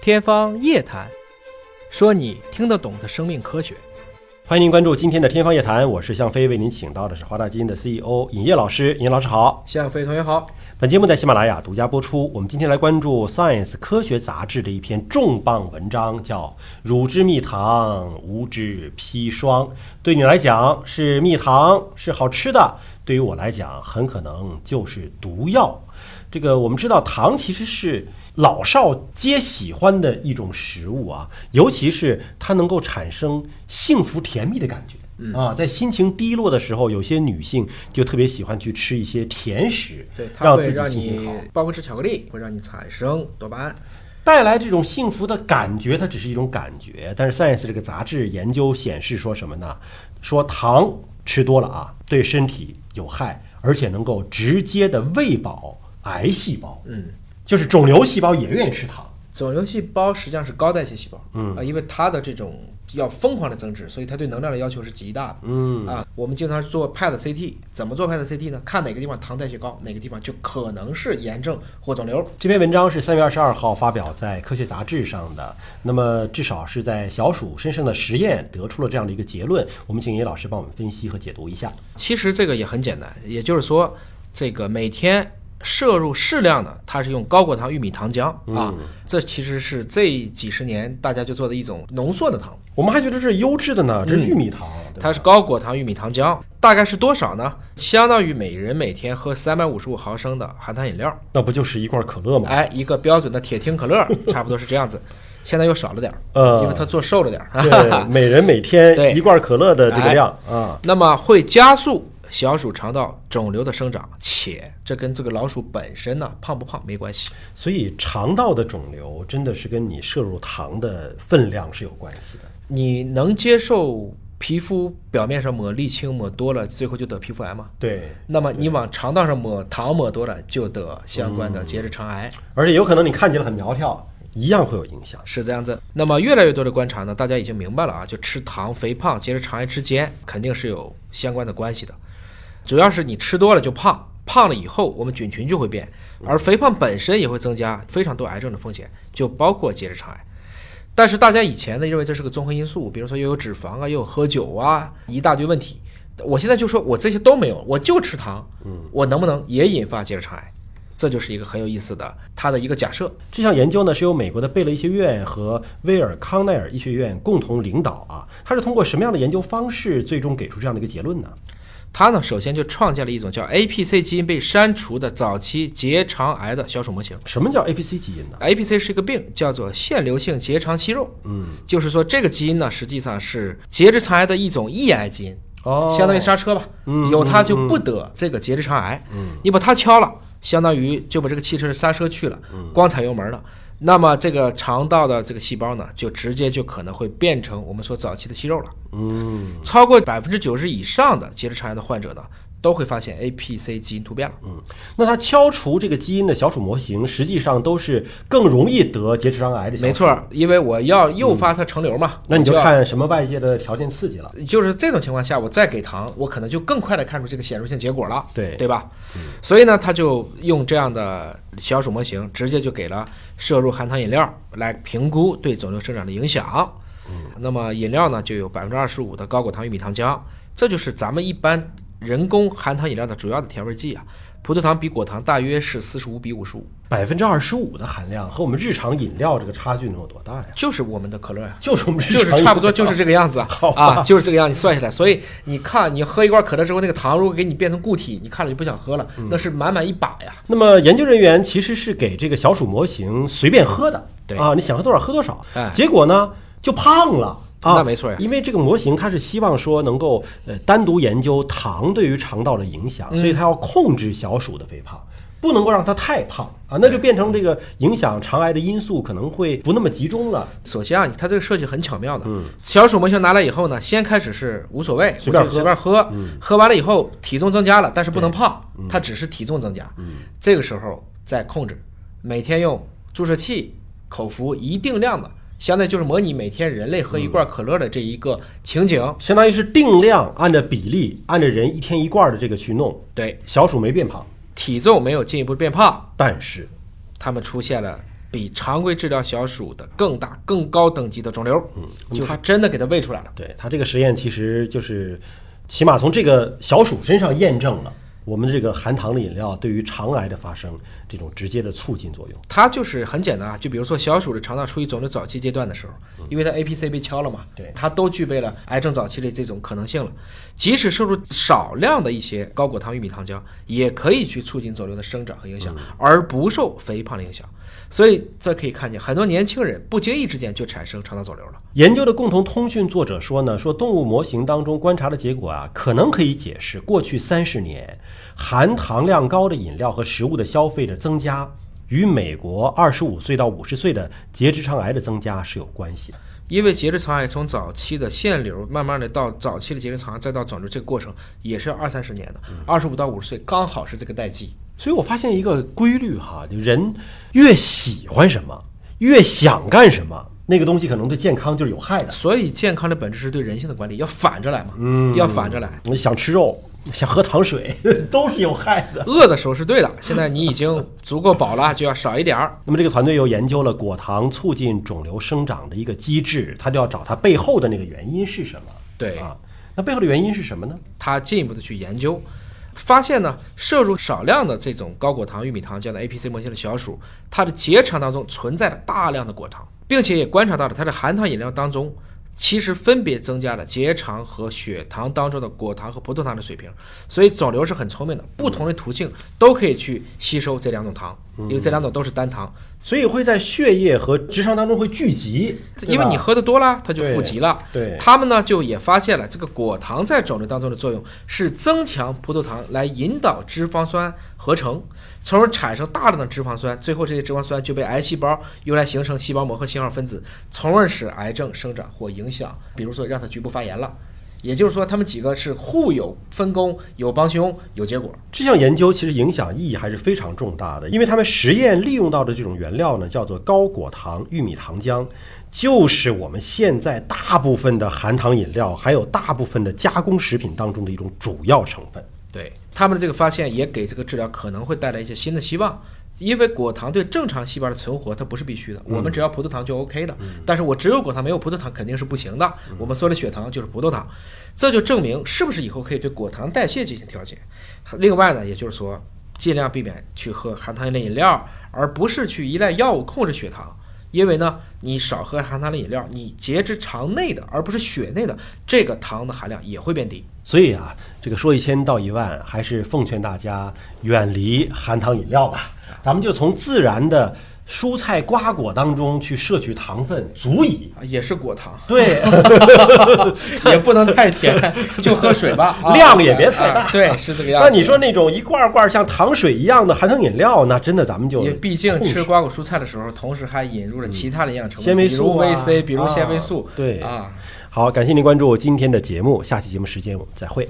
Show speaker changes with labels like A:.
A: 天方夜谭，说你听得懂的生命科学。
B: 欢迎您关注今天的《天方夜谭》，我是向飞，为您请到的是华大基因的 CEO 尹烨老师。尹老师好，
A: 向飞同学好，
B: 本节目在喜马拉雅独家播出。我们今天来关注《Science》科学杂志的一篇重磅文章，叫《乳制蜜糖无脂砒霜》。对你来讲是蜜糖是好吃的，对于我来讲很可能就是毒药。这个我们知道，糖其实是老少皆喜欢的一种食物啊，尤其是它能够产生幸福甜蜜的感觉。啊，在心情低落的时候，有些女性就特别喜欢去吃一些甜食，
A: 对，它
B: 让
A: 会
B: 自己
A: 让
B: 心情好
A: 你。包括吃巧克力，会让你产生多巴胺。
B: 带来这种幸福的感觉，它只是一种感觉。但是《Science》这个杂志研究显示说什么呢？说糖吃多了啊，对身体有害，而且能够直接的喂饱癌细胞。嗯，就是肿瘤细胞也愿意吃糖。
A: 肿瘤细胞实际上是高代谢细胞，嗯啊，因为它的这种要疯狂的增殖，所以它对能量的要求是极大的，嗯啊，我们经常做 E PET CT，怎么做 E PET CT 呢？看哪个地方糖代谢高，哪个地方就可能是炎症或肿瘤。
B: 这篇文章是三月二十二号发表在《科学》杂志上的。那么，至少是在小鼠身上的实验得出了这样的一个结论。我们请尹老师帮我们分析和解读一下。
A: 其实这个也很简单，也就是说，这个每天摄入适量的，它是用高果糖玉米糖浆
B: 嗯
A: 啊，这其实是这几十年大家就做的一种浓缩的糖，
B: 我们还觉得这是优质的呢，
A: 嗯
B: 这是玉米糖，对吧
A: 它是高果糖玉米糖浆，大概是多少呢？相当于每人每天喝三百五十五毫升的含糖饮料，
B: 那不就是一罐可乐吗？
A: 哎，一个标准的铁听可乐， 差不多是这样子。现在又少了点儿，
B: 呃
A: 因为它做瘦了点儿。
B: 对，每人每
A: 对哎
B: 天一罐可乐的这个量啊。
A: 那么会加速小鼠肠道肿瘤的生长，且这跟这个老鼠本身呢胖不胖没关系。
B: 所以，肠道的肿瘤真的是跟你摄入糖的分量是有关系的。
A: 你能接受皮肤表面上抹沥青抹多了，最后就得皮肤癌吗？
B: 对，
A: 那么你往肠道上抹糖抹多了，就得相关的结直肠癌，
B: 而且有可能你看起来很苗条，一样会有影响。
A: 是这样子。那么越来越多的观察呢，大家已经明白了啊，就吃糖、肥胖、结直肠癌之间肯定是有相关的关系的。主要是你吃多了就胖，胖了以后我们菌群就会变，而肥胖本身也会增加非常多癌症的风险，就包括结直肠癌。但是大家以前呢认为这是个综合因素，比如说又有脂肪啊，又有喝酒啊，一大堆问题。我现在就说我这些都没有，我就吃糖，我能不能也引发结直肠癌？这就是一个很有意思的它的一个假设。
B: 这项研究呢是由美国的贝勒医学院和威尔康奈尔医学院共同领导啊，它是通过什么样的研究方式最终给出这样的一个结论呢？
A: 它呢，首先就创建了一种叫 APC 基因被删除的早期结肠癌的小鼠模型。
B: 什么叫 APC 基因呢？
A: APC 是一个病，叫做腺瘤性结肠息肉。嗯，就是说这个基因呢，实际上是结直肠癌的一种抑癌基因，
B: 哦
A: 相当于刹车吧。嗯，有它就不得这个结直肠癌。嗯，你把它敲了，相当于就把这个汽车的刹车去了，光踩油门了。那么这个肠道的这个细胞呢，就直接就可能会变成我们说早期的息肉了。
B: 嗯，
A: 超过百分之九十以上的结直肠癌的患者呢，都会发现 APC 基因突变了。
B: 嗯那它敲除这个基因的小鼠模型，实际上都是更容易得结直肠癌的。
A: 没，错儿，因为我要诱发它成瘤嘛，
B: 嗯那你就
A: 我要。
B: 看什么外界的条件刺激了。
A: 就是这种情况下，我再给糖，我可能就更快的看出这个显著性结果了，
B: 对
A: 对吧？所以呢，他就用这样的小鼠模型，直接就给了摄入含糖饮料来评估对肿瘤生长的影响。那么饮料呢，就有百分之二十五的高果糖玉米糖浆，这就是咱们一般人工含糖饮料的主要的调味剂啊。葡萄糖比果糖大约是四十五比五十五，
B: 百分之二十五的含量和我们日常饮料这个差距能有多大呀？
A: 就是我们的可乐呀、
B: 就是我们日
A: 就
B: 常
A: 是差不多就是这个样子啊
B: 好吧
A: 啊，就是这个样子，你算下来。所以你看，你喝一罐可乐之后，那个糖如果给你变成固体，你看了就不想喝了，
B: 嗯
A: 那是满满一把呀。
B: 那么研究人员其实是给这个小鼠模型随便喝的，
A: 对
B: 啊，你想喝多少喝多少，
A: 哎
B: 结果呢就胖了。啊，
A: 那没错呀
B: 因为这个模型它是希望说能够呃单独研究糖对于肠道的影响，
A: 嗯
B: 所以它要控制小鼠的肥胖，不能够让它太胖啊，那就变成这个影响肠癌的因素可能会不那么集中了。
A: 首先啊，它这个设计很巧妙的。小鼠模型拿来以后呢，先开始是无所谓，
B: 嗯随便嗯
A: 我就随便喝，喝完了以后体重增加了，但是不能胖，它只是体重增加。
B: 嗯
A: 这个时候再控制，每天用注射器口服一定量的，相当于就是模拟每天人类喝
B: 嗯
A: 一罐可乐的这一个情景。
B: 相当于是定量按照比例，按照人一天一罐儿的这个去弄，
A: 对，
B: 小鼠没变胖，
A: 体重没有进一步变胖，
B: 但是
A: 他们出现了比常规治疗小鼠的更大、更高等级的肿瘤，就是真的给它喂出来了。
B: 对他这个实验，其实就是起码从这个小鼠身上验证了我们这个含糖的饮料对于肠癌的发生这种直接的促进作用。
A: 它就是很简单啊，就比如说小鼠的肠道处于肿瘤早期阶段的时候，因为它 APC 被敲了嘛，
B: 对
A: 它都具备了癌症早期的这种可能性了。即使摄入少量的一些高果糖、玉米糖浆，也可以去促进肿瘤的生长和影响，而不受肥胖的影响。所以这可以看见，很多年轻人不经意之间就产生肠道肿瘤了。
B: 研究的共同通讯作者说呢，说动物模型当中观察的结果啊，可能可以解释过去三十年含糖量高的饮料和食物的消费的增加，与美国二十五岁到五十岁的结直肠癌的增加是有关系的。
A: 因为结直肠癌从早期的腺瘤，慢慢的到早期的结直肠癌，再到肿瘤，这个过程也是要二三十年的，二十五到五十岁刚好是这个代际。
B: 所以我发现一个规律哈，就人越喜欢什么，越想干什么，那个东西可能对健康就是有害的。
A: 所以健康的本质是对人性的管理，要反着来嘛，嗯，要反着来。
B: 你想吃肉，想喝糖水， 都是有害的。
A: 饿的时候是对的，现在你已经足够饱了，就要少一点儿。
B: 那么这个团队又研究了果糖促进肿瘤生长的一个机制，他就要找它背后的那个原因是什么。
A: 对
B: 啊，那背后的原因是什么呢？
A: 他进一步的去研究，发现呢，摄入少量的这种高果糖、玉米糖浆的 APC 模型的小鼠，它的结肠当中存在了大量的果糖，并且也观察到了它的含糖饮料当中，其实分别增加了结肠和血糖当中的果糖和葡萄糖的水平。所以肿瘤是很聪明的，不同的途径都可以去吸收这两种糖，因为这两种都是单糖，
B: 所以会在血液和直肠当中会聚集，
A: 因为你喝的多了，它就
B: 对
A: 富集了。
B: 对
A: 他们呢就也发现了这个果糖在肿瘤当中的作用是增强葡萄糖来引导脂肪酸合成，从而产生大量的脂肪酸，最后这些脂肪酸就被癌细胞用来形成细胞膜和信号分子，从而使癌症生长或影响，比如说让它局部发炎了。也就是说，他们几个是互有分工，有帮凶，有结果。
B: 这项研究其实影响意义还是非常重大的，因为他们实验利用到的这种原料呢，叫做高果糖玉米糖浆，就是我们现在大部分的含糖饮料，还有大部分的加工食品当中的一种主要成分。
A: 对他们的这个发现也给这个治疗可能会带来一些新的希望，因为果糖对正常细胞的存活它不是必须的，我们只要葡萄糖就 OK 的。但是我只有果糖没有葡萄糖肯定是不行的。我们说的血糖就是葡萄糖，这就证明是不是以后可以对果糖代谢进行调节。另外呢，也就是说尽量避免去喝含糖类饮料，而不是去依赖药物控制血糖。因为呢，你少喝含糖类饮料，你截肢肠内的，而不是血内的这个糖的含量也会变低。
B: 所以啊，这个说一千道一万，还是奉劝大家远离含糖饮料吧。咱们就从自然的蔬菜瓜果当中去摄取糖分，足以。
A: 啊，也是果糖，
B: 对，
A: 也不能太 甜，就喝水吧，啊
B: 量也别太大
A: 啊对，是这个样子。
B: 但你说那种一罐儿罐儿像糖水一样的含糖饮料，那真的咱们就
A: 也毕竟
B: 控制
A: 吃瓜果蔬菜的时候，同时还引入了其他的营养成分，
B: 纤维
A: 比如
B: 素啊
A: VC，比如纤维素
B: 啊，对
A: 啊。
B: 好，感谢您关注今天的节目，下期节目时间我们再会。